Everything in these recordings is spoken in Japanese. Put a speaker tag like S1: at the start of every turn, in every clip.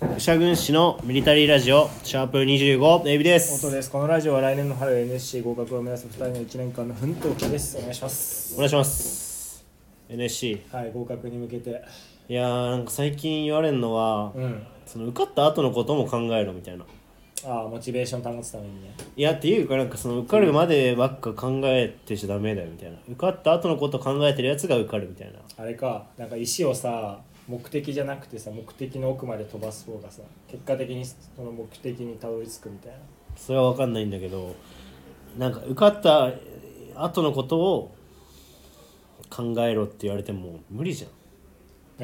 S1: 役者軍師のミリタリーラジオシャープ25エビです
S2: 音ですこのラジオは来年の春 NSC 合格を目指す2人の1年間の奮闘記ですお願いします
S1: お願いします NSC
S2: はい合格に向けて
S1: いやーなんか最近言われるのは、
S2: うん
S1: その受かった後のことも考えろみたいな
S2: ああモチベーション保つためにね
S1: いやっていうかなんかその受かるまでばっか考えてちゃダメだよみたいな受かった後のこと考えてるやつが受かるみたいな
S2: あれかなんか石をさ目的じゃなくてさ目的の奥まで飛ばす方がさ結果的にその目的にたどり着くみたいな
S1: それは分かんないんだけどなんか受かった後のことを考えろって言われても無理じゃん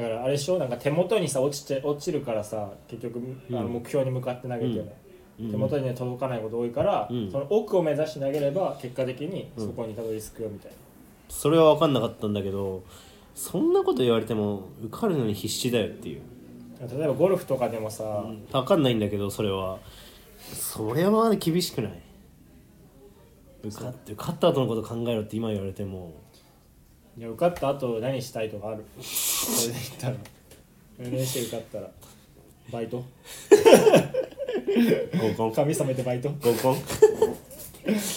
S2: だからあれでしょなんか手元にさ落ちて落ちるからさ結局、あの目標に向かって投げてる、ね
S1: うん
S2: 手元にね届かないこと多いから、
S1: うん
S2: その奥を目指して投げれば結果的にそこにたどり着くよみたいな、
S1: それは分かんなかったんだけどそんなこと言われても受かるのに必死だよっていう
S2: 例えばゴルフとかでもさ、
S1: 分かんないんだけどそれはそれは厳しくない受かって受かった後のこと考えろって今言われても
S2: いや受かった後何したいとかあるそれで言ったら NSC 受かったらバイト
S1: 合コン
S2: 髪染めてバイト
S1: 合 コン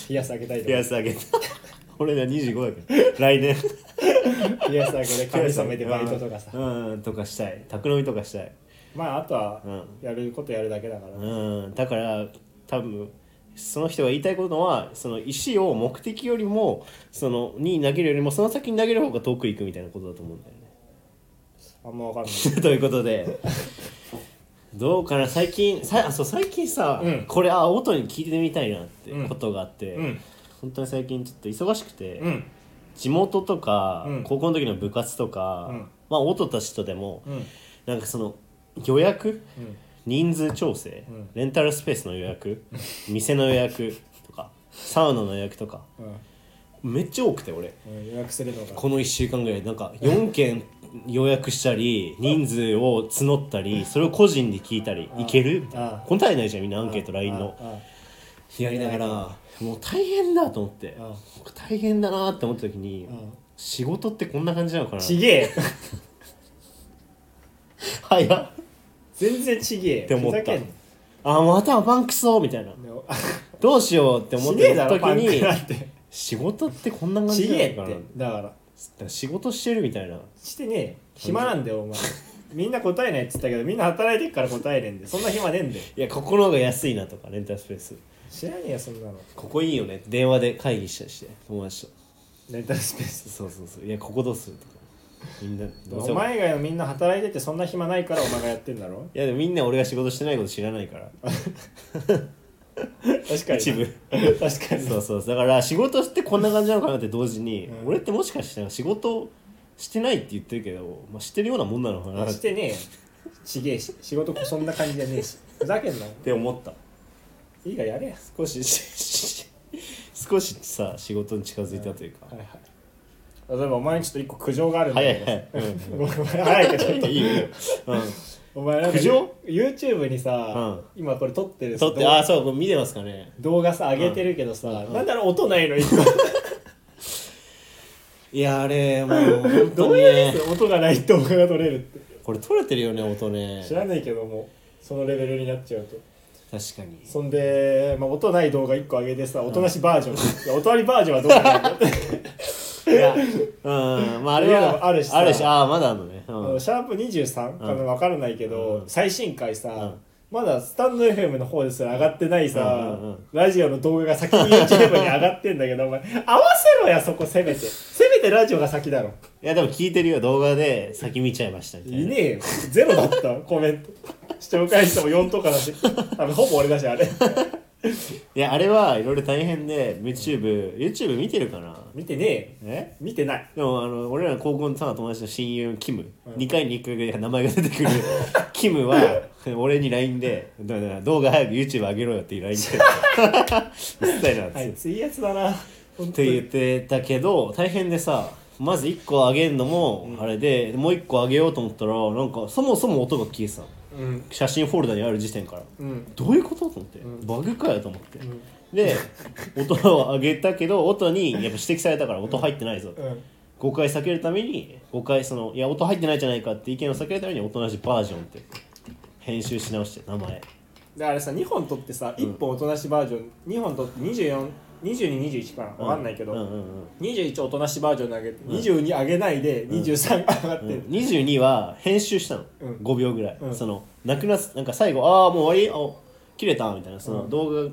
S2: 冷やすあげたいと
S1: ピア
S2: か
S1: スあげた俺ら25だけど来年
S2: 冷やすあげて髪染めてバイトとかさ
S1: うんうんとかしたい宅飲みとかしたい
S2: まああとは
S1: うん
S2: やることやるだけだから、
S1: うんだから多分その人が言いたいことはその石を目的よりもそのに投げるよりもその先に投げる方が遠く行くみたいなことだと思うんだよ ね。
S2: あんまわかんない
S1: ということでどうかな最近さあそう最近さ、
S2: うん
S1: これあ音に聞いてみたいなって
S2: うん
S1: ことがあって、
S2: うん
S1: 本当に最近ちょっと忙しくて、
S2: うん
S1: 地元とか、
S2: うん
S1: 高校の時の部活とか、
S2: うん
S1: まあ音たちとでも、
S2: うん
S1: なんかその予約、
S2: うん
S1: 人数調整、
S2: うん
S1: レンタルスペースの予約店の予約とかサウナの予約とかめっちゃ多くて俺
S2: うん、うん、予約するのが
S1: この1週間ぐらいなんか4件予約したり人数を募ったりそれを個人で聞いたりいけるみたいな
S2: あ
S1: 答えないじゃんみんなアンケート LINE の
S2: あ
S1: やりながらもう大変だと思って
S2: あ
S1: 大変だなって思った時に
S2: ああ
S1: 仕事ってこんな感じなのかな
S2: ちげえよ
S1: 早っ
S2: 全然ちげえよ
S1: って思った
S2: ふざけんな
S1: あまたパンクソみたいな
S2: でも
S1: どうしようって思っ
S2: ちげえ
S1: て
S2: だ
S1: た
S2: ろ
S1: 時
S2: パンク
S1: に
S2: なんて
S1: 仕事ってこんな感
S2: ち
S1: じ
S2: げ
S1: な
S2: え
S1: のか
S2: っ
S1: な
S2: てだから
S1: だから仕事してるみたいな
S2: してねえよ暇なんだよお前みんな答えないっつったけどみんな働いてっから答えねえんでそんな暇ねえんだよ
S1: いやここの方が安いなとかレンタルスペース
S2: 知らねえよそんなの
S1: ここいいよねって電話で会議したりして友達と
S2: レンタルスペース
S1: そうそうそういやここどうするとかみんなどうせ
S2: お前以外のみんな働いててそんな暇ないからお前がやってんだろ
S1: いやでもみんな俺が仕事してないこと知らないから
S2: 確かに
S1: 一部
S2: 確かに
S1: そうそうだから仕事してこんな感じなのかなって同時に、
S2: うん
S1: 俺ってもしかしたら仕事してないって言ってるけど、まあ、してるようなもんなのかなっ
S2: しててねえよちげえし仕事そんな感じじゃねえしふざけんな
S1: って思った
S2: いいからやれや
S1: 少し少しさ仕事に近づいたというか、
S2: はいはい例えばお前にちょっと一個苦情があるんだ
S1: 早
S2: け
S1: い
S2: ど
S1: 早い、うん
S2: ごめん早いけどちょっと
S1: いいよいいよ、うん
S2: お前なんか
S1: 苦情
S2: YouTube にさ、今これ撮ってる
S1: 撮って
S2: 動画
S1: ああそうこれ見てますかね
S2: 動画さ上げてるけどさ、なんだろう音な いの一個
S1: いやあれもう本
S2: ど
S1: 当
S2: う
S1: に
S2: いうや
S1: ね
S2: つ音がない動画が撮れるって
S1: これ撮れてるよね音ね
S2: 知らないけどもそのレベルになっちゃうと
S1: 確かに
S2: そんで、まあ、音ない動画1個上げてさ音なしバージョン、いや音ありバージョンはどうかな
S1: いやうんまああれ
S2: いや
S1: は
S2: あるしさ
S1: あるしああまだあるのねう
S2: あ
S1: ん
S2: の シャープ23かな
S1: うん
S2: 分からないけ
S1: う
S2: ど、
S1: ん
S2: 最新回さ、
S1: ん
S2: まだスタンド FM の方ですら上がってないさ、
S1: うんうんうん
S2: ラジオの動画が先に YouTube に上がってんだけどお前合わせろやそこ せめてせめてラジオが先だろ
S1: いやでも聞いてるよ動画で先見ちゃいましたみたいない
S2: ねえよゼロだったコメント視聴回数も4とかだしあのほぼ俺だしあれ
S1: いやあれはいろいろ大変で YouTubeYouTube 見てるかな
S2: 見てねえよ
S1: え
S2: 見てない
S1: でもあの俺らの高校のさ友達の親友キム、2回に1回ぐらい名前が出てくる キムは俺に LINE でだから動画早く YouTube 上げろよっていう LINE でうっさいなっつって、
S2: あいついいやつだな本
S1: っ
S2: 当
S1: て
S2: に
S1: 言ってたけど大変でさまず1個上げるのもあれで、もう1個上げようと思ったらなんかそもそも音が消えてたの
S2: うん
S1: 写真フォルダにある時点から
S2: うん
S1: どういうことと思って、
S2: ん
S1: バグかよと思って、で音を上げたけど音にやっぱ指摘されたから音入ってないぞ、
S2: うん
S1: 誤解避けるために誤解そのいや音入ってないじゃないかって意見を避けるために音なしバージョンって編集し直して名前
S2: であれさ2本取ってさ1本おとなしバージョン、2本取って242221かな分かんないけど、
S1: うんうんうん
S2: 21おとなしバージョンで上げて22上げないで23上がってる、
S1: 22は編集したの、
S2: うん
S1: 5秒ぐらい、
S2: うん
S1: そのなくなすなんか最後「ああもう終わりあ切れた」みたいなそうの
S2: ん
S1: 動画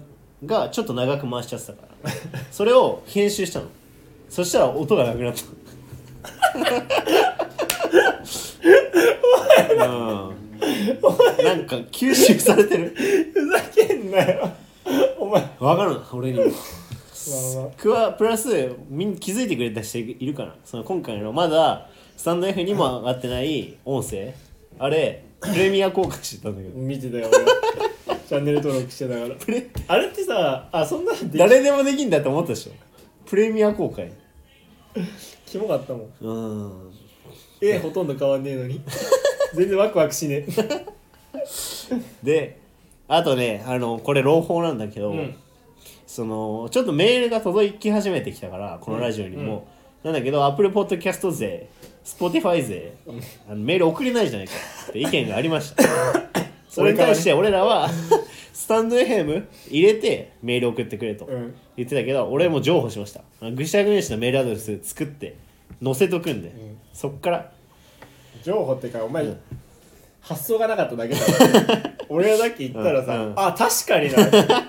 S1: がちょっと長く回しちゃってたからそれを編集したのそしたら音がなくなったうん、なんか吸収されてる
S2: ふざけんなよお前
S1: わかるな俺にも
S2: まあまあ
S1: くわプラスみん気づいてくれた人いるかなその今回のまだスタンド F にも上がってない音声あれプレミア公開してたんだけど
S2: 見てたよ俺チャンネル登録してたから
S1: プレ
S2: あれってさあそんなのでき
S1: 誰でもできんだと思ったでしょプレミア公開
S2: キモかったもん
S1: うん
S2: 絵ほとんど変わんねえ のに全然ワクワクしねえ
S1: であとねあのこれ朗報なんだけど、
S2: うん
S1: そのちょっとメールが届き始めてきたからこのラジオにも、なんだけど Apple Podcast 勢 Spotify 勢あのメール送れないじゃないかって意見がありま したそれに対して俺らはスタンド FM 入れてメール送ってくれと
S2: うん
S1: 言ってたけど俺も譲歩しましたぐしゃぐしゃしたメールアドレス作って載せとくんで、
S2: ん
S1: そっから
S2: 情報ってかお前、
S1: うん
S2: 発想がなかった だけだろ俺がさっき言ったらさ、
S1: うんうん
S2: あ確かにな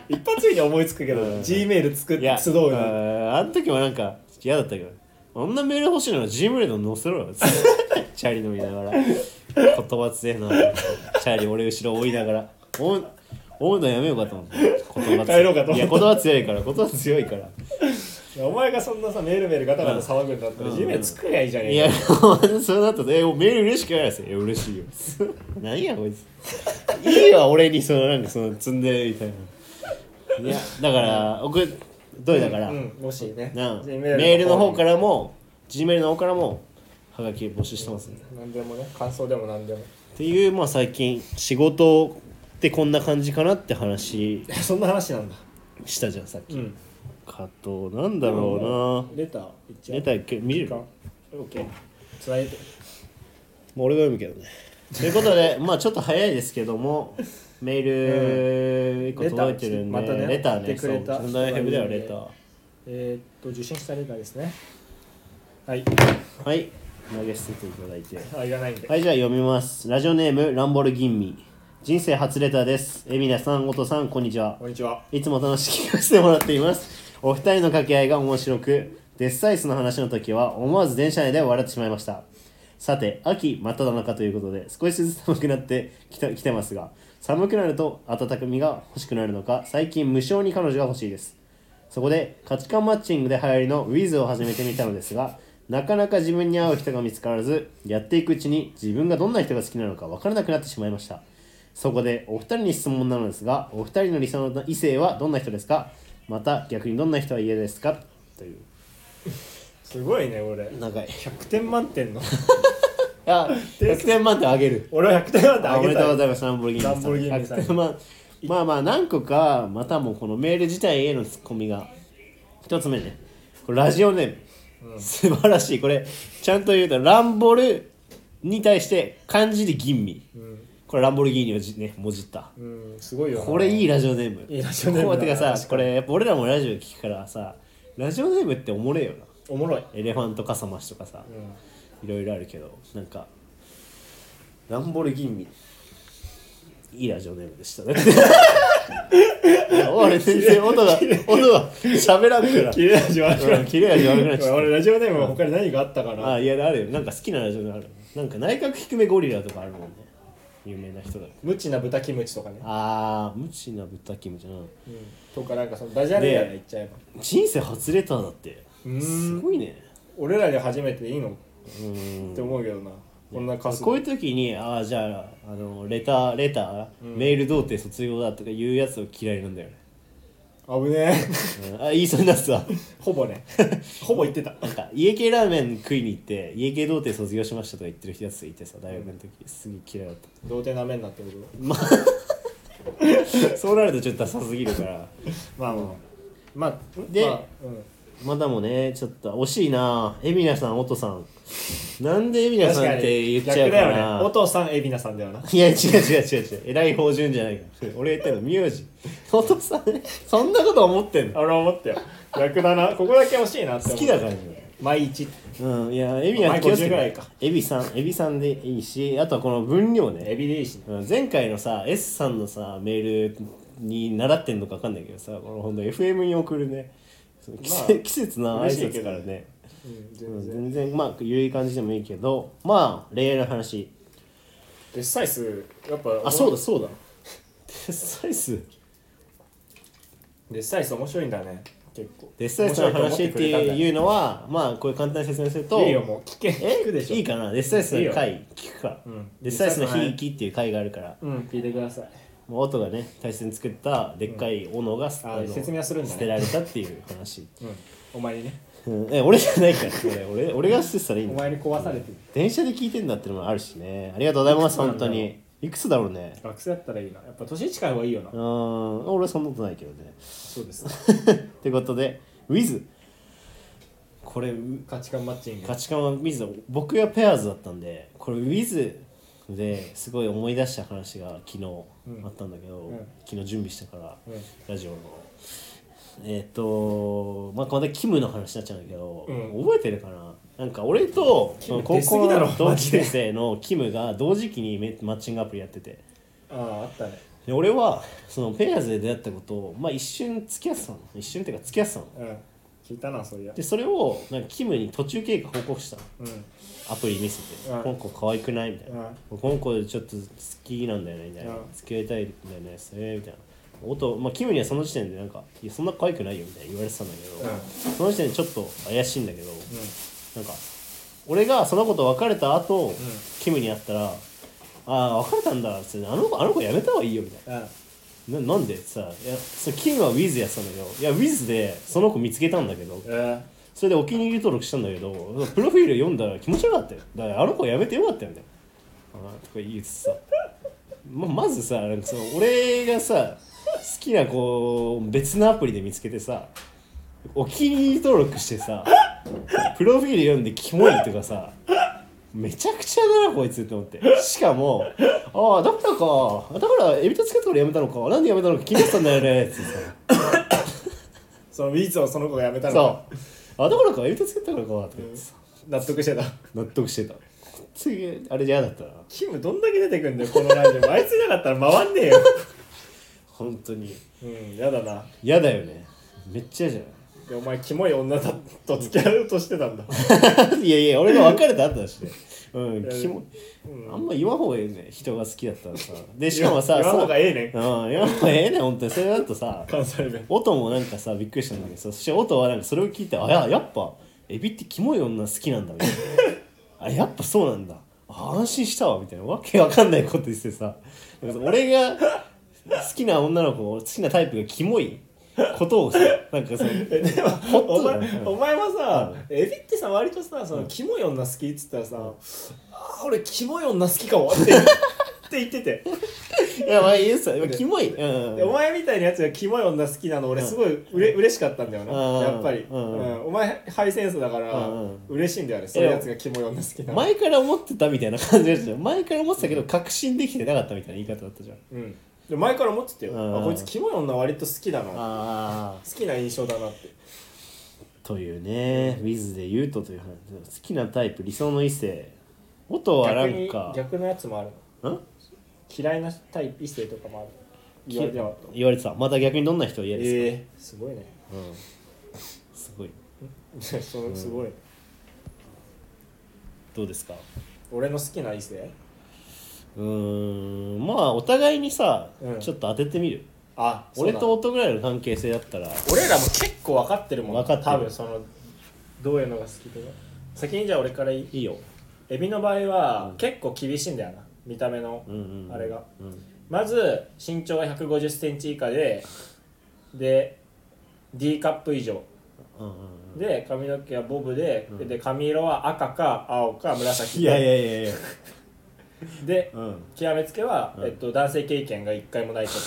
S2: 一発目に思いつくけど、
S1: うん
S2: G メール作っ
S1: い
S2: て
S1: や
S2: 集う
S1: あ
S2: の
S1: ーあの時はなんか嫌だったけどあんなメール欲しいなら G メールの載せろよ チャリ飲みながら言葉強えなチャリ俺後ろ追いながら追う追うのやめようかと思って言葉強い
S2: 帰ろうかと思った
S1: いや言葉強いから言葉強いから
S2: お前がそんなさメールメールガタガタ騒ぐんだったら、
S1: うん
S2: G メール作りゃいいじゃね
S1: い
S2: え
S1: や
S2: か
S1: そうなったと「えもうメール嬉しくないです」え「嬉しいよ」 何やこいついいわ俺にそのなんかその積んでみたいないやだから送っといたから、
S2: うんうんもしね
S1: なあ
S2: G
S1: メールの方かららも G メールの方からもはがき募集してますね
S2: 何でもね感想でも何でも
S1: っていうまあ最近仕事ってこんな感じかなって話
S2: そんな話なんだ
S1: したじゃんさっき、
S2: うん
S1: かとなんだろ
S2: レターいっ
S1: う
S2: ち
S1: な
S2: ゃう
S1: ネタ見れるも
S2: オッケーつないで
S1: う俺が読むけどねということで まあちょっと早いですけどもメール一個届いてるんで、
S2: レターまたね
S1: レターね
S2: 送ってくれ
S1: そ
S2: た
S1: うサンダー FM ではレター
S2: えー、っと受信したレターですねはい
S1: はい投げ捨てていただいて
S2: あいらないんで、
S1: はい、じゃあ読みます。ラジオネーム、ランボルギンミ。人生初レターです。えみなさん、ごとさん、こんにちは
S2: こ。んにちはい
S1: つも楽しく聞かせてもらっています。お二人の掛け合いが面白く、デスサイスの話の時は思わず電車内で笑ってしまいました。さて、秋真っ只中ということで、少しずつ寒くなってきた来てますが、寒くなると温かみが欲しくなるのか、最近無性に彼女が欲しいです。そこで価値観マッチングで流行りの Wiz を始めてみたのですがなかなか自分に合う人が見つからずやっていくうちに自分がどんな人が好きなのか分からなくなってしまいましたそこでお二人に質問なのですがお二人の理想の異性はどんな人ですかまた逆にどんな人は嫌ですかという
S2: すごいね俺
S1: 長い
S2: 100点満点の
S1: あ100点満点あげる
S2: 俺は100点満点
S1: あ
S2: あ
S1: おめ
S2: げ
S1: でとうご
S2: た
S1: ざい
S2: い
S1: ますランボルギーニさん
S2: ランボルギーニさん
S1: 100点満 まあまあ何個かまたもうこのメール自体へのツッコミが一つ目ねこれラジオネーム、素晴らしいこれちゃんと言うとランボルに対して漢字で吟味
S2: うん、
S1: これランボルギーニをじねもじった
S2: うん、すごいよな
S1: これいいラジオネーム
S2: いいラジオネームだ
S1: こうてかさ
S2: 確かに
S1: これやっぱ俺らもラジオ聞くからさラジオネームっておもれえよな
S2: おもろい、
S1: エレファントかさ増しとかさ
S2: うん、
S1: いろいろあるけどなんかランボルギーニいいラジオネームでした ねいや俺全然音が音が喋らん から
S2: 切れ味悪くな
S1: うん 切れ味悪くなっちゃった
S2: 俺ラジオネームは他に何があったかな、
S1: あいやあるよなんか好きなラジオネームあるなんか内角低めゴリラとかあるもんね有名な人だ
S2: 無知な豚キムチとかね、
S1: あー無知な豚キムじゃない
S2: うん、とかなんかそのダジャレやら言っちゃえば
S1: 人生初レターだって
S2: うーん
S1: すごいね
S2: 俺らで初めていいの
S1: うん
S2: って思うけどな、こんな数
S1: こういう時にああじゃああのレターレター、メール童貞卒業だとか言うやつを嫌いなんだよね
S2: 危ねえ
S1: うんあ言いそうになってた
S2: ほぼねほぼ言ってた
S1: なんか家系ラーメン食いに行って家系童貞卒業しましたとか言ってる人やつがいてさ大学の時すげえ嫌いだっ
S2: 童貞なめんなってこと
S1: たそうなるとちょっとダサすぎるから
S2: まあまあまあ
S1: で
S2: まあうん
S1: まだもねちょっと惜しいな海老名さん音さんなんで海老名さんって言っちゃう
S2: 逆だ
S1: か
S2: よね
S1: な
S2: お父さん海老名さんだよない
S1: や違う違う違う違う偉い芳醇じゃないから俺言ったの名字音さんそんなこと思ってんの
S2: 俺思ったよ逆だなここだけ惜しいなって
S1: 好
S2: 思う
S1: きだからね
S2: 毎日
S1: うんいやエビは
S2: まあ
S1: 気をつけ
S2: 50ぐらいか
S1: エビさんエビさんでいいしあとはこの分量ね
S2: エビでいいしね
S1: うん前回のさ S さんのさメールに習ってんのか分かんないけどさこのほんと FM に送るねその季,、
S2: まあ
S1: 季節な挨
S2: 嬉しい
S1: 拶
S2: けど
S1: からね
S2: うん
S1: うん
S2: 全
S1: 全
S2: 然
S1: 然まあゆるい感じでもいいけどまあ恋愛の話
S2: でサイスやっぱ
S1: あそうだそうだデス サイス
S2: デッサイス面白いんだね結構
S1: デスサイスの話っていううのはまあこういう簡単に説明すると
S2: いいよもう聞け聞くでしょ
S1: えいいかなデスサイスの
S2: いい
S1: 回聞くか、
S2: うん
S1: デスサイスの悲劇っていう回があるから
S2: うん聞いてください
S1: もう音がね大切に作ったでっかい斧が、
S2: あ
S1: あの
S2: 説明はするんだね
S1: 捨てられたっていう話、
S2: うんお前にね
S1: うん、え俺じゃないから俺俺俺が捨てたらいい
S2: お
S1: んだ
S2: 前に壊されてる
S1: 電車で聞いてんだってのもあるしねありがとうございます
S2: いくつな
S1: 本
S2: んだ
S1: 当
S2: ろう
S1: にいくつだろうね
S2: 学生だったらいいなやっぱ年近い方がいいよな
S1: うん俺はそんなことないけどね
S2: そうです
S1: ってことで Wiz これう
S2: 価値観マッチング
S1: 価値観は Wiz だ僕がペアーズだったんでこれ Wiz ですごい思い出した話が昨日
S2: うん
S1: あったんだけど、
S2: うん
S1: 昨日準備したから、
S2: うん
S1: ラジオのえっ、とまあこれでキムの話になっちゃうんだけど、
S2: うん
S1: 覚えてるかななんか俺と
S2: キム
S1: 高
S2: 出過ぎ
S1: 校
S2: だろ
S1: の同級生のキムが同時期にめマッチングアプリやってて
S2: あああったね
S1: で俺はそのペアーズで出会ったことを、まあ、一瞬付き合ってたの一瞬っていうか付き合ってたの
S2: うん聞いたなそういや
S1: でそれをなんかキムに途中経過報告したの
S2: うん
S1: アプリ見せて
S2: うん
S1: 「この子可愛くない?」みたいな「この子ちょっと好きなんだよね」みたいな
S2: うん
S1: 「付き合いたいんだよね」それみたいな。音まあ、キムにはその時点でなんか「いやそんな可愛くないよ」みたいな言われてたんだけど、
S2: う
S1: その時点でちょっと怪しいんだけど、
S2: うん
S1: なんか俺がその子と別れた後、キムに会ったら「ああ別れたんだ」つってあの子あの子やめた方がいいよ」みたい
S2: うん
S1: な「ななんで?」ってさいやそれキムは Wiz やってたんだけど「いや Wiz でその子見つけたんだけど」
S2: え
S1: それでお気に入り登録したんだけどプロフィール読んだら気持ち悪かったよだからあの子やめてよかったよみたいなあーとか言うてさままずさなんかその俺がさ好きな子を別のアプリで見つけてさお気に入り登録してさプロフィール読んでキモいとかさめちゃくちゃだなこいつって思ってしかも「ああだからかだからエビとつけたからやめたのかなんでやめたのか気になってたんだよね」っつってさ
S2: そのウィズをその子がやめたの
S1: そ
S2: か
S1: うあだからかエビとつけたからかって言ってさ
S2: 納得してた
S1: 納得してた次あれじゃ嫌だったな
S2: キムどんだけ出てくんだよこのラジオあいついなかったら回んねえよ
S1: 本当に
S2: うんやだな
S1: 嫌だよねめっちゃ嫌じ
S2: でお前キモい女だと付き合おうとしてたんだ
S1: ゃない いやいや俺が別れた後だしねうん
S2: いや
S1: キモ
S2: うん
S1: あんま言わん方がいいよね人が好きだったらさでしかもさ
S2: 言わん
S1: そ
S2: 方
S1: う
S2: がええねん
S1: うん言わん方がええね本当にそれだとさ
S2: 関西弁
S1: 音もなんかさびっくりしたんだけどそして音はなんかそれを聞いてあいややっぱエビってキモい女好きなん だみたいなあやっぱそうなんだあ安心したわみたいなわけわかんないこと言ってさなんかさ俺が好きな女の子好きなタイプがキモいことをさなんかその
S2: えでもお前お前はさ、
S1: うん
S2: エビってさ割とさそのキモい女好きっつったらさ、あー俺キモい女好きかもってって言ってて、
S1: いやまあ言うさいやキモいうん
S2: でお前みたいなやつがキモい女好きなの俺すごいうれ、嬉しかったんだよな、
S1: うん
S2: やっぱり、
S1: うん
S2: お前ハイセンスだから、
S1: うんうん
S2: 嬉しいんだよねそういうやつがキモい女好きなの、
S1: 前から思ってたみたいな感じだったよ前から思ってたけど確信できてなかったみたいな言い方だったじゃん
S2: うん、で前から思ってたよ、
S1: うん
S2: あこいつキモい女割と好きだな好
S1: ああ
S2: きな印象だなって
S1: というね、ウィズで言うとという話好きなタイプ理想の異性音はな
S2: 逆
S1: ん
S2: に
S1: か
S2: 逆のやつもあるの
S1: ん
S2: 嫌いなタイプ異性とかもある言われてなかった
S1: 言われてたまた逆にどんな人嫌ですか、
S2: えー、すごいね
S1: うん、すごい
S2: そのすごい、
S1: どうですか
S2: 俺の好きな異性
S1: うーんまあお互いにさ、
S2: うん
S1: ちょっと当ててみる
S2: あ
S1: 俺と
S2: そう
S1: 音ぐらいの関係性だったら
S2: だ俺らも結構分かってるもん
S1: 分かってる
S2: 多分そのどういうのが好きとか先にじゃあ俺からいい
S1: いいよ、
S2: エビの場合は
S1: うん
S2: 結構厳しいんだよな見た目の、
S1: うんうんうん
S2: あれが
S1: うん
S2: まず身長が1 5 0センチ以下でで D カップ以上
S1: うんうんうん
S2: で髪の毛はボブで,、
S1: うん
S2: で髪色は赤か青か紫
S1: い
S2: で
S1: やいやいやいや、
S2: で
S1: うん、
S2: 極めつけは、
S1: うん
S2: えっと、男性経験が1回 もないこと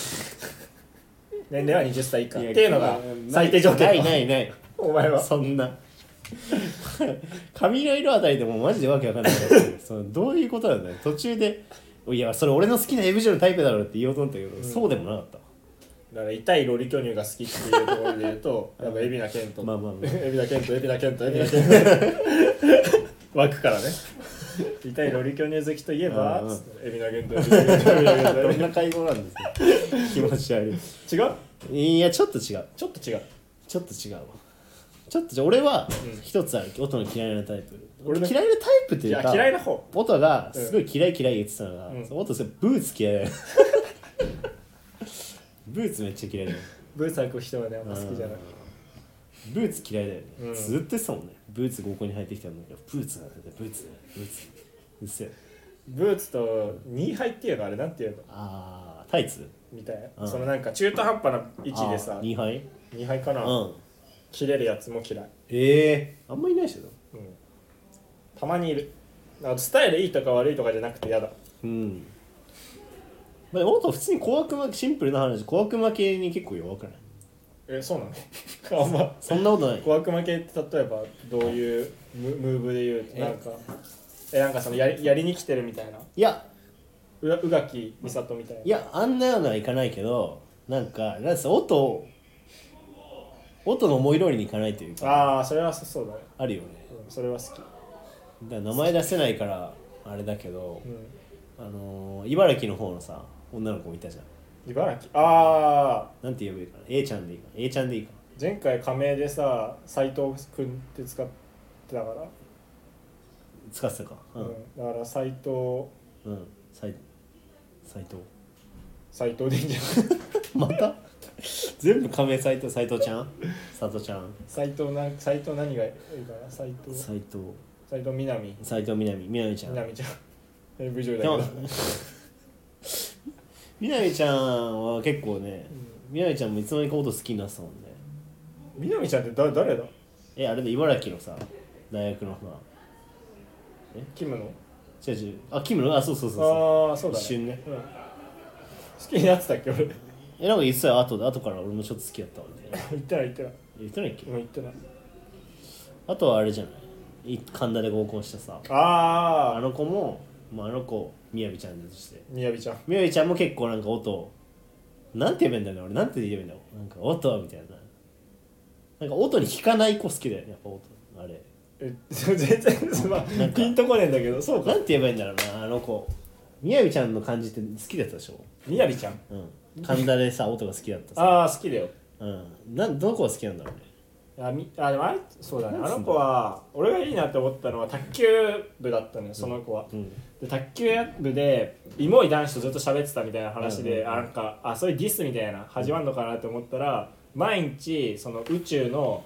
S2: 年齢は20歳以下っていうのが
S1: ん
S2: 最低条件
S1: ないないない
S2: お前は
S1: そんな髪の色あたりでもうマジでわけわかんないからそのどういうことなんだよ途中で「いやそれ俺の好きな AVG のタイプだろ」って言おうと思ったけど、そうでもなかった
S2: だから痛いロリ巨乳が好きっていうところで言うとやっぱ海老名健人
S1: まあまあまあ
S2: 海老名健人海老名健人海老 名健人枠からね痛いロリ巨乳好きといえば
S1: うんうん
S2: つって海老名健人海老名健人海老
S1: ど
S2: 名
S1: ん
S2: 健
S1: な会合なんですか気持ち悪い
S2: 人違う
S1: いやちょっと違う
S2: ちょっと違う
S1: ちょっと違うわちょっと違う俺は
S2: うん
S1: 一つある音の嫌いなタイプ
S2: 俺
S1: 俺
S2: の
S1: 嫌いなタイプって
S2: い
S1: いう
S2: や
S1: か
S2: 嫌いな方
S1: 音がすごい嫌い嫌い言ってたのが、
S2: うん
S1: 音すごいブーツ嫌い だよブーツめっちゃ嫌いだよ
S2: ブーツ履く人はねあんま好きじゃない
S1: ブーツ嫌いだよね、
S2: うん
S1: ずっと言ってたもんねブーツ合コンに入ってきたんだけどブーツなんだよブーツブーツうっせえ
S2: ブーツとニーハイっていうのあれなんていうの
S1: あータイツ
S2: みたいな、
S1: うん
S2: そのなんか中途半端な位置でさ
S1: 2杯
S2: 2杯かな、
S1: うん
S2: 切れるやつも嫌い、
S1: ええあんまいないでしょ
S2: うん、たまにいるあスタイルいいとか悪いとかじゃなくて嫌だ
S1: うんまあ、音普通に小悪魔シンプルな話小悪魔系に結構弱くない
S2: えそうなの あんま
S1: そんなことない
S2: 小悪魔系って例えばどういうムムーブで言うと
S1: え
S2: なんかえなんかそのやりやりに来てるみたいない
S1: や
S2: うが宇垣美里みたいない
S1: やあんなようなはいかないけどなんかなんせ音を音の思い通りにいかないというか
S2: ああそれはそそうだね、
S1: あるよね
S2: うん、それは好き、
S1: だから名前出せないからあれだけど、
S2: う
S1: あのー、茨城の方のさ女の子もいたじゃん
S2: ん、茨城ああ
S1: なんて呼べばいいかな A ちゃんでいいかな A ちゃんでいいか
S2: 前回仮名でさ斎藤君って使ってたから、
S1: な使ってたかう
S2: うん
S1: ん
S2: だから斎藤
S1: うん斎斎藤
S2: 斎藤でいいんじゃない
S1: また 全部仮名斎藤斎藤ちゃん佐藤ちゃん
S2: 斎藤なん斎藤何がいいかな斎藤
S1: 斎藤
S2: 斎藤みなみ
S1: 斎藤みなみみなみちゃ
S2: み
S1: ん
S2: なみちゃん AV 女
S1: で
S2: 優
S1: も
S2: だけ ど
S1: みなみちゃんは結構ねみなみちゃんもいつの間にか音好きになってたもんね
S2: みなみちゃんってだ誰だ
S1: えあれで茨城のさ大学のさ
S2: キムの
S1: 違う違うあキムのあそうそうそうそう
S2: ああそうだ、ね、
S1: 一瞬ね
S2: うん、好きになってたっけ俺
S1: えなんか言ってたよ後で後から俺もちょっと好きだったもんね
S2: 言ってない言ってない
S1: 言ってないっけ
S2: うん言ってない
S1: あとはあれじゃないい神田で合コンしたさあ
S2: ああ
S1: の子も、まあ、あの子みやびちゃんだとして
S2: みやびちゃん
S1: みやびちゃんも結構なんか音なんて言えばいいんだろうね俺なんて言えばいいんだろうなんか音みたいななんか音に引かない子好きだよねやっぱ音あれ
S2: え 全然すまん
S1: なんか
S2: ピンとこねえんだけどそうか
S1: なんて言えばいいんだろうなあの子みやびちゃんの感じって好きだったでしょ、
S2: みやびちゃん
S1: うん、神田でさ音が好きだったさ、
S2: ああ好きだよ
S1: うん、なんどの子が好きなんだろうね
S2: あみあでもあれそうだね
S1: なん
S2: あ
S1: すんだ
S2: の子は俺がいいなって思ったのは卓球部だったのよその子は、
S1: うん
S2: で卓球部でイモい男子とずっと喋ってたみたいな話で、
S1: うん
S2: あなんかあそういうディスみたいな始まるのかなって思ったら毎日その宇宙の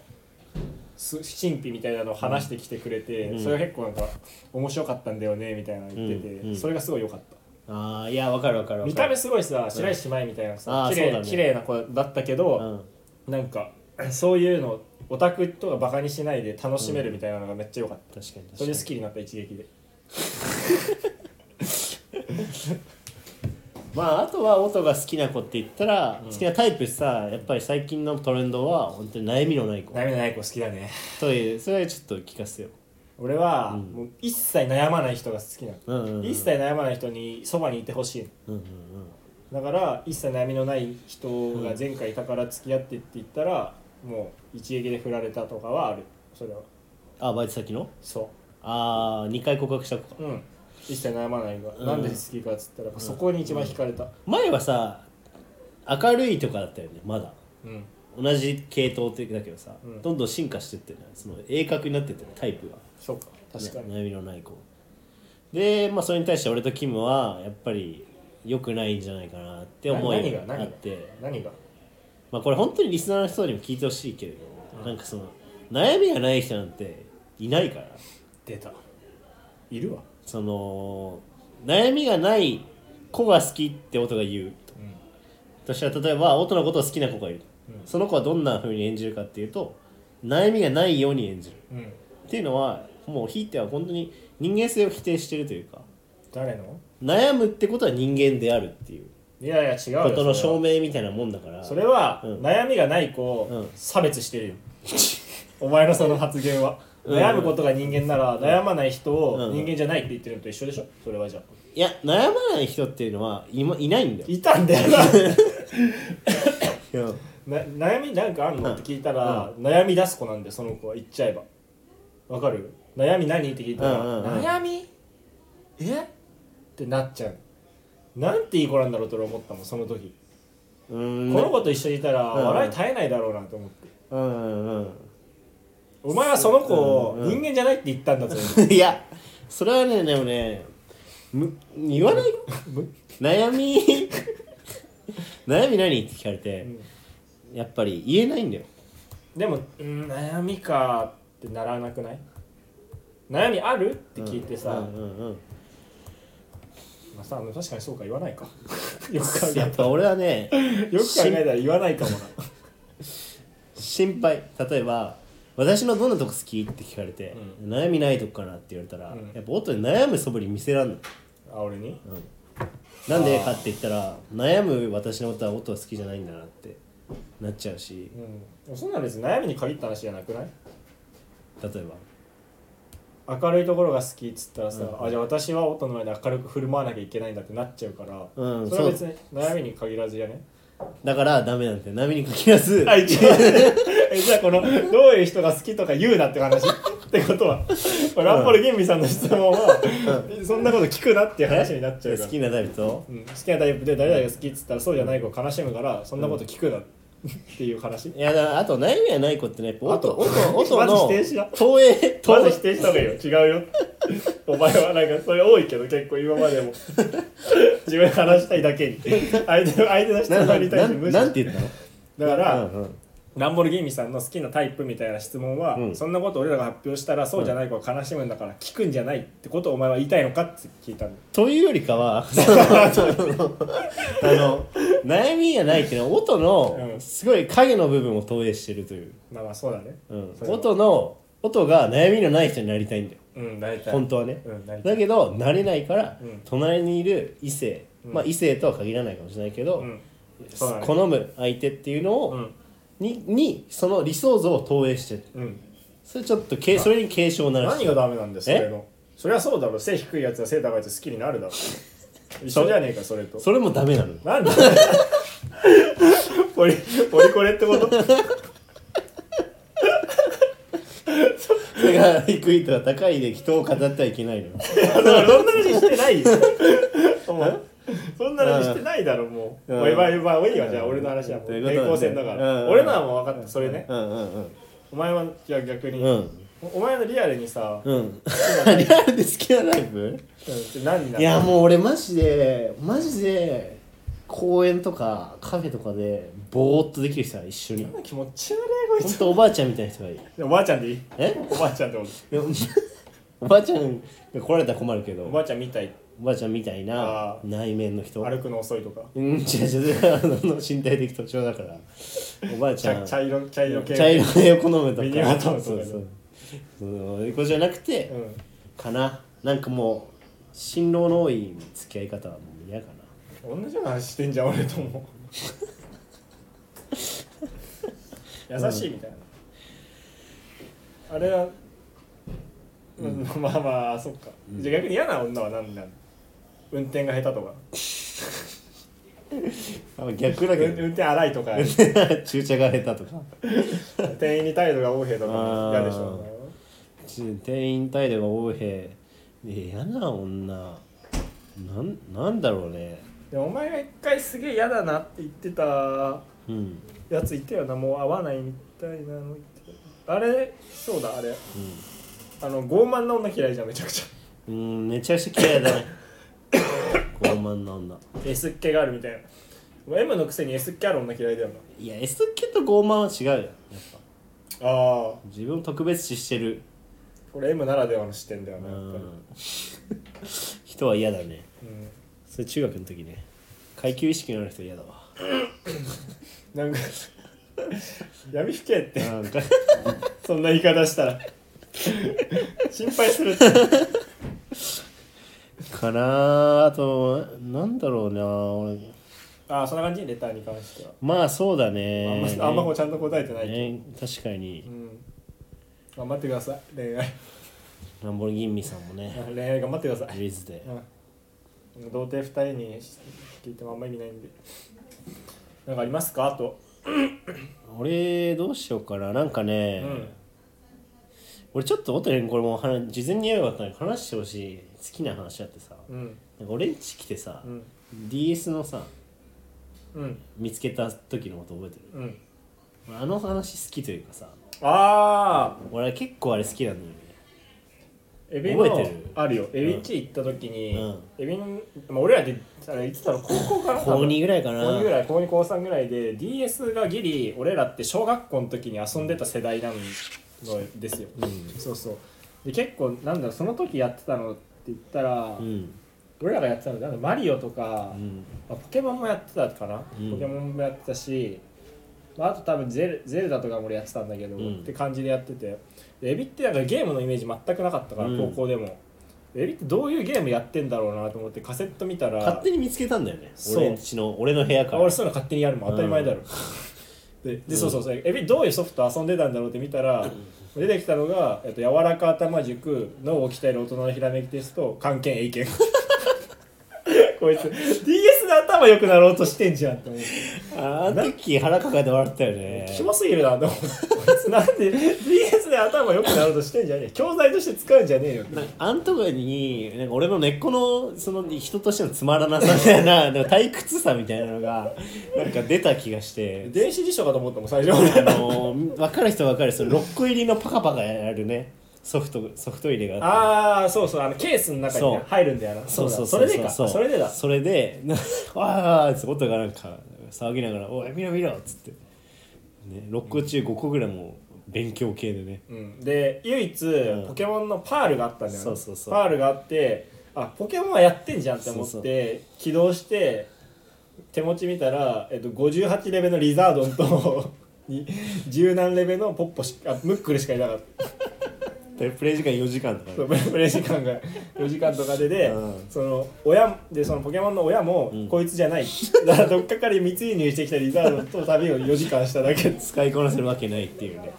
S2: す神秘みたいなのを話してきてくれて、
S1: うん
S2: それが結構なんか面白かったんだよねみたいなの言ってて、
S1: うんうん
S2: それがすごい良かった。
S1: ああいやわかるわかるわかる
S2: 見た目すごいさ白石麻衣みたいなさ
S1: あー
S2: 綺
S1: そうだ
S2: 麗
S1: ね
S2: 綺麗な子だったけど、
S1: うん
S2: なんか そういうのオタクとかバカにしないで楽しめるみたいなのがめっちゃ良かった、
S1: 確かに確かに
S2: それで好きになった一撃で
S1: まああとは音が好きな子って言ったら、
S2: うん
S1: 好きなタイプさやっぱり最近のトレンドは本当に悩みのない子
S2: 悩みのない子好きだね
S1: というそれはちょっと聞かせよ
S2: 俺は、
S1: うん
S2: もう一切悩まない人が好きな
S1: う、
S2: の、
S1: うんうんうん、
S2: 一切悩まない人にそばにいてほしい
S1: うんうん
S2: のだから一切悩みのない人が前回いたから付き合ってって言ったら、もう一撃で振られたとかはあるそれは
S1: あバイト先の
S2: そ
S1: ああ2回告白した子か
S2: ううん一切悩まないのが、
S1: うん
S2: なんで好きかっつったら、そこに一番惹かれた
S1: 前はさ明るいとかだったよねまだ
S2: うん
S1: 同じ系統ってだけどさ、
S2: うん
S1: どんどん進化してってねその鋭角になってってねタイプが
S2: そうか確かに、
S1: ね悩みのない子でまあそれに対して俺とキムはやっぱり良くないんじゃないかなって思い
S2: 何が
S1: が
S2: 何が
S1: あって
S2: 何が
S1: まあこれ本当にリスナーの人にも聞いてほしいけれど、なんかその悩みがない人なんていないから
S2: 出たいるわ
S1: その悩みがない子が好きって音が言うと
S2: うん
S1: 私は例えば音のことを好きな子がいる、
S2: うん
S1: その子はどんな風に演じるかっていうと悩みがないように演じる
S2: うん、
S1: っていうのはもうひいては本当に人間性を否定してるというか
S2: 誰の
S1: 悩むってことは人間であるっていう
S2: いやいや違うよ
S1: ことの
S2: それは
S1: 証明みたいなもんだから
S2: それは
S1: うん
S2: 悩みがない子を
S1: うん
S2: 差別してるよ、 お前のその発言は
S1: うん
S2: 悩むことが人間なら悩まない人
S1: う
S2: を
S1: ん
S2: 人間じゃないって言ってるのと一緒でしょそれはじゃあ
S1: いや悩まない人っていうのはい,、ま、いないんだよ
S2: いたんだよな
S1: いや
S2: な悩みなんかあんのって聞いたら、悩み出す子なんでその子は言っちゃえばわかる悩み何って聞いたら、
S1: うんうんうん
S2: 悩みえってなっちゃうなんていい子なんだろうと俺思ったもんその時、
S1: うーん
S2: この子と一緒にいたら、
S1: うんうん
S2: 笑い絶えないだろうなと思って
S1: うんうん
S2: お前はその子を
S1: うんうん
S2: 人間じゃないって言ったんだぞ、
S1: うん いやそれはねでもねむ言わないよ
S2: む
S1: 悩み悩み何って聞かれて、
S2: うん
S1: やっぱり言えないんだよ
S2: でも、うん、悩みかってならなくない悩みあるって聞いてさ、
S1: うんうんうん
S2: まあさ確かにそうか言わない かよく考えた
S1: やっぱ俺はね
S2: よく考えたら言わないかもな
S1: 心配例えば「私のどんなとこ好き?」って聞かれて、悩みないとこかな?」って言われたら、
S2: うん
S1: やっぱ音に悩む素振り見せらんの、
S2: あ俺に
S1: うん、なんでかって言ったら悩む私のことは音は好きじゃないんだなってなっちゃうし
S2: うんそんなの別に悩みに限った話じゃなくない
S1: 例えば
S2: 明るいところが好きっつったらさ、あじゃあ私は音の前で明るく振る舞わなきゃいけないんだってなっちゃうから、
S1: うん
S2: それは別
S1: そう
S2: に悩みに限らずやね
S1: だからダメなんて波に限ら ず
S2: あ一応えじゃあこのどういう人が好きとか言うなって話 ってことはこれラッポルギンビさんの質問は、そんなこと聞くなっていう話になっちゃうから
S1: 好きなタイプと
S2: うん、好きなタイプで誰々が好きっつったらそうじゃない子悲しむからそんなこと聞くなっていう話、
S1: いやだからあと悩みはない子ってねやっぱ
S2: あと
S1: 音音音
S2: まず
S1: の
S2: 否定しな
S1: 投影
S2: ま
S1: 投
S2: ず否定した方がいいよ違うよお前はなんかそれ多いけど結構今ま でも自分話したいだけに相手の相手の質
S1: な
S2: 問
S1: ん
S2: に対
S1: な
S2: して無
S1: ん
S2: 視
S1: なんて言ったの
S2: だから、
S1: うんうん
S2: ランボルギーニさんの好きなタイプみたいな質問は、
S1: うん
S2: そんなこと俺らが発表したらそうじゃない子は悲しむんだから聞くんじゃないってことをお前は言いたいのかって聞いたの
S1: というよりか はそのあの悩みがないっていうのは音
S2: う
S1: の
S2: ん
S1: すごい影の部分を投影してるという、
S2: まあまあそうだね
S1: うん
S2: そ、れは
S1: 音の音が悩みのない人になりたいんだよ
S2: うん大体
S1: 本当はね、
S2: うんなりたい
S1: だけどなれないから、
S2: うん
S1: 隣にいる異性、
S2: うん
S1: まあ異性とは限らないかもしれないけど、
S2: うんそうだね
S1: 好む相手っていうのを、
S2: うん
S1: ににその理想像を投影してる
S2: うん
S1: それちょっとけいそれに警鐘を鳴らして
S2: 何
S1: る
S2: がダメなんです
S1: え
S2: それのそりゃそうだろ背低いやつは背高いやつ好きになるだろ一緒じゃねえかそれと
S1: それもダメなの
S2: な んだポリポリコレってこと
S1: それが低いとか高いで人を語ってはいけないのよ
S2: そんな話して ないよお前そんな話してないだろもう
S1: うん
S2: もう今今もういいわじゃあ俺の話はもう
S1: ということで
S2: 平行線だか
S1: う
S2: ら
S1: ん
S2: 俺のはもう分かったそれね
S1: うんうんうん
S2: お前はじゃあ逆に
S1: うん
S2: おお前のリアルにさ
S1: うん リアルで好きなライブ
S2: うん何にない
S1: やもう俺マジでマジで公園とかカフェとかでぼーっとできる人は一緒に
S2: う気持ち悪いこ
S1: ほ
S2: い
S1: んとおばあちゃんみたいな人がいい
S2: つおばあちゃんでいい
S1: え
S2: おばあちゃんってこと
S1: でも おばあちゃんが来られたら困るけど
S2: おばあちゃんみたい
S1: おばあちゃんみたいな
S2: あー
S1: 内面の人
S2: 歩くの遅いとか
S1: うん違う違うあの身体的特徴だからおばあちゃ
S2: 茶
S1: ん
S2: 茶色茶色系
S1: 茶色いを好むと
S2: ミニ
S1: か
S2: マトムとかね
S1: そうそうそうこれじゃなくて、
S2: うん
S1: かななんかもう新郎の多い付き合い方はもう嫌か
S2: 同じような話してんじゃん俺 とも優しいみたいな、あれは、うんまあまあそっか、じゃあ逆に嫌な女は何なの運転が下手とか
S1: なあ逆だ
S2: 運
S1: け
S2: 運
S1: ど
S2: 転荒いとか
S1: 注射が下手とか
S2: 店員に態度が横柄とか
S1: あー
S2: 嫌でしょ
S1: ち店員態度が横柄ね嫌な女なんなんだろうね
S2: でもお前が一回すげえ嫌だなって言ってた
S1: うん、うん、
S2: やついたよなもう会わないみたいなの言ってたあれそうだあれあの傲慢な女嫌いじゃんめちゃくちゃ
S1: うん、めちゃくちゃ嫌だ ね傲慢な女
S2: S っ気があるみたいなお前 M のくせに S っ気ある女嫌いだよ
S1: いや S 系と傲慢は違うよやっぱ
S2: なああ
S1: 自分を特別視してる、
S2: これ M ならではの視点だよ
S1: う
S2: ねやっぱり
S1: ん、 人は嫌だね
S2: うん
S1: それ中学の時ね階級意識のある人嫌だわ
S2: なんか 闇ふけって
S1: なんか
S2: そんな言い方したら心配するって
S1: かなああとなんだろうな俺
S2: ああそんな感じレターに関しては
S1: まあそうだね
S2: あんまあんまこうちゃんと答えてないけど
S1: ね確かに
S2: うん頑張ってください恋愛
S1: ランボルギーニさんもね
S2: 恋愛頑張ってください
S1: リリースで
S2: うん童貞二人に聞いてもあんま意味ないんでなんかありますかあと
S1: 俺どうしようかななんかね、
S2: うん
S1: 俺ちょっと音にこれも話事前に言えばよかったのに話してほしい好きな話あってさ、
S2: うん
S1: なんか俺んち来てさ、
S2: うん
S1: DS のさ
S2: うん
S1: 見つけた時のこと覚えてる
S2: うん
S1: 俺あの話好きというかさ
S2: ああ
S1: 俺結構あれ好きなんだよね
S2: エビの
S1: 覚えてる
S2: あるよエビ1行った時に、
S1: うん
S2: エビの、まあ、俺らであれいつだろう高校かな
S1: 高2ぐらいかな
S2: 高2ぐらい高2高3ぐらいで DS がギリ俺らって小学校の時に遊んでた世代なんですよ、
S1: うん
S2: そうそうで結構なんだろうその時やってたのって言ったら、
S1: うん
S2: 俺らがやってたのなんだマリオとか、
S1: うん
S2: まあ、ポケモンもやってたかな、
S1: うん
S2: ポケモンもやってたし、まあ、あと多分ゼルゼルダとかも俺やってたんだけど、
S1: うん
S2: って感じでやっててでエビってなんかゲームのイメージ全くなかったから、
S1: うん
S2: 高校でもエビってどういうゲームやってんだろうなと思ってカセット見たら
S1: 勝手に見つけたんだよね
S2: そう
S1: 俺んちの俺の部屋か
S2: あ
S1: ら
S2: 俺そういうの勝手にやるもん当たり前だろ、でで、
S1: うん
S2: そうそうそうエビどういうソフト遊んでたんだろうって見たら出てきたのが、えっと、柔らか頭塾脳を鍛える大人のひらめきテスト漢検 英検こいつ DS で頭良くなろうとしてんじゃんって思って
S1: あの時腹抱えて笑ったよね
S2: キモすぎるなと思ってこいつなんで DS で頭良くなろうとしてんじゃねえ教材として使うんじゃねえよ
S1: なんかあんとこになんか俺の根っこのその人としてのつまらなさみたい ななんか退屈さみたいなのがなんか出た気がして
S2: 電子辞書かと思ったもん最初
S1: あの分かる人分かるその6個入りのパカパカやるねソフトソフト入れがあって
S2: ああそうそうあのケースの中に
S1: そう
S2: ね入るんだよな
S1: そうそう
S2: そうれでか
S1: う
S2: それでだ
S1: それで なわーって音がなんか騒ぎながら「おい見ろ見ろ」っつって、ね、6個中5個ぐらいもう勉強系でね
S2: うん、で唯一、
S1: ん
S2: ポケモンのパールがあったんだよね
S1: そうそうそう
S2: パールがあってあポケモンはやってんじゃんって思って
S1: そう
S2: 起動して手持ち見たら、えっと、58レベルのリザードンと に十何レベルのポッポしあムックルしかいなかった
S1: でプレイ時間4時間だ
S2: そ
S1: か
S2: うプレイ時 間が4時間とかでで、
S1: うん
S2: その親でそのポケモンの親も、
S1: うん
S2: こいつじゃないだからどっかから密輸入してきたリザードンと旅を4時間しただけ
S1: ら 使いこなせるわけないっていうね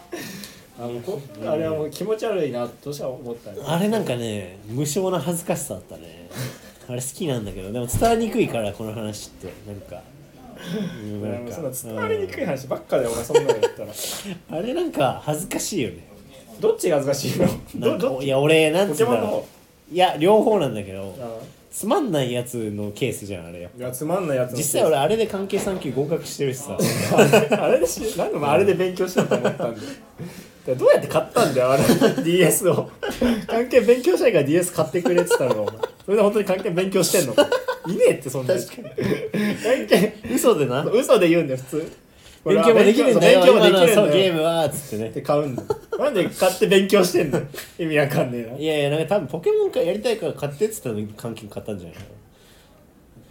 S2: あのこあれはもう気持ち悪いなとしは思ったね
S1: あれなんかね無償な恥ずかしさあったねあれ好きなんだけどでも伝わりにくいからこの話ってなんかうん
S2: いや
S1: な
S2: も
S1: ん
S2: う
S1: か
S2: そんな伝わりにくい話ばっかだよ、お前そんなの言ったら。
S1: うんあれなんか恥ずかしいよね
S2: どっちが恥ずかしい
S1: な
S2: のど
S1: んか
S2: どっ
S1: い
S2: ち
S1: や俺なん
S2: ポ
S1: つう
S2: ケ
S1: ん
S2: モン
S1: だ
S2: の
S1: ろ
S2: 方
S1: ういや両方なんだけど
S2: あ
S1: つまんないやつのケースじゃんあれよ
S2: あいやつまんないやつの
S1: 実際俺あれで関係3級合格してるし さ
S2: あれでし何でもあれで勉強しようと思ったんだよでどうやって買ったんだよあれ DS を関係勉強したいから DS 買ってくれって言ったのお前それで本当に関係勉強してんのいねえってそんな確かに関係
S1: 嘘でな
S2: 嘘で言うんだよ普通
S1: 勉強もできるんだよ
S2: 勉強もできる
S1: 今
S2: ん
S1: のそう
S2: だ
S1: ゲ
S2: よ
S1: ームはっつってね
S2: って買うんだよなんで買って勉強してんの意味わかんねえない
S1: やいやなんか多分ポケモンかやりたいから買ってっつったのに関係買ったんじゃない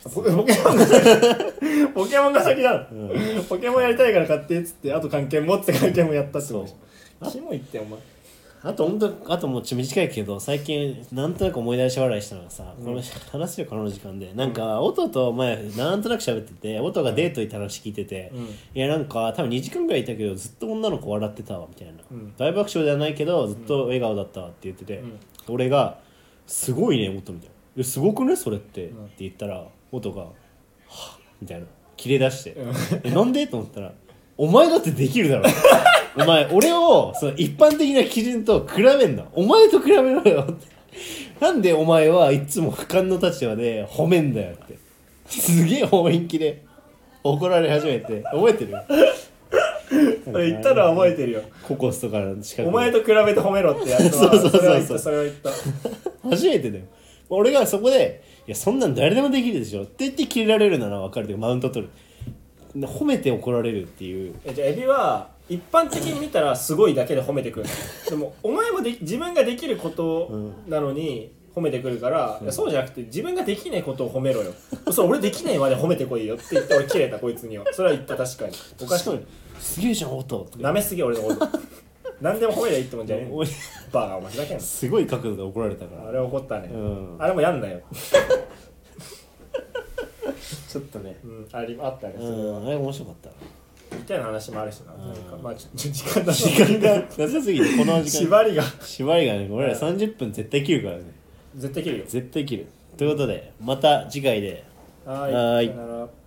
S2: ポポケモンが先ポケモンが先だろ、
S1: う
S2: ポケモンやりたいから買ってっつってあと関係もって関係もやったってこ
S1: そ
S2: と
S1: う
S2: キモいってお前
S1: あと本当あともうちょっと短いけど最近なんとなく思い出し笑いしたのがさ、この話すよこの時間でなんか音とお前なんとなく喋ってて音がデート行った話聞いてて、
S2: うん
S1: いやなんか多分2時間ぐらいいたけどずっと女の子笑ってたわみたいな、
S2: うん
S1: 大爆笑ではないけどずっと笑顔だったわって言ってて、
S2: うん
S1: 俺が「すごいね音」みたいなえ「すごくねそれって」って
S2: ん
S1: 言ったら音が「はっみたいな切れ出して
S2: うん
S1: 「えなんで?」と思ったら「お前だってできるだろ」お前俺をその一般的な基準と比べんなお前と比べろよってなんでお前はいつも俯瞰の立場で褒めんだよってすげえ本気で怒られ始めて覚えてる
S2: それ言ったら覚えてるよ
S1: ココスとかの近く
S2: お前と比べて褒めろってやつ
S1: そう そうそう
S2: は
S1: そう
S2: それは言ったそれは言った
S1: 初めてだよ俺がそこで「いやそんなん誰でもできるでしょ」って言って切れられるなら分かるけどマウント取る褒めて怒られるっていう
S2: えじゃあエビは一般的に見たらすごいだけで褒めてくるでもお前もでき自分ができることなのに褒めてくるから、いやそうじゃなくて自分ができないことを褒めろよそれ俺できないまで褒めてこいよって言って俺切れたこいつにはそれは言った確かにおかしくない
S1: 「すげえじゃん音」とか
S2: 舐めすぎ俺のこと何でも褒めりゃいいってもんじゃねえ
S1: おい
S2: バカお前ふざけんな
S1: すごい角度で怒られたから
S2: あれ怒ったね、
S1: うん
S2: あれもやんなよ、
S1: ちょっとね
S2: うん、ありあったね、
S1: うんあれ面白かった
S2: たいな話もあるしななんかまあちょっと時間だ
S1: 時間がなさすぎてこの時間
S2: 縛りが
S1: 縛りがね俺ら30分絶対切るからね
S2: 絶対切るよ
S1: 絶対切るということでまた次回で
S2: はーい
S1: はーい
S2: さよなら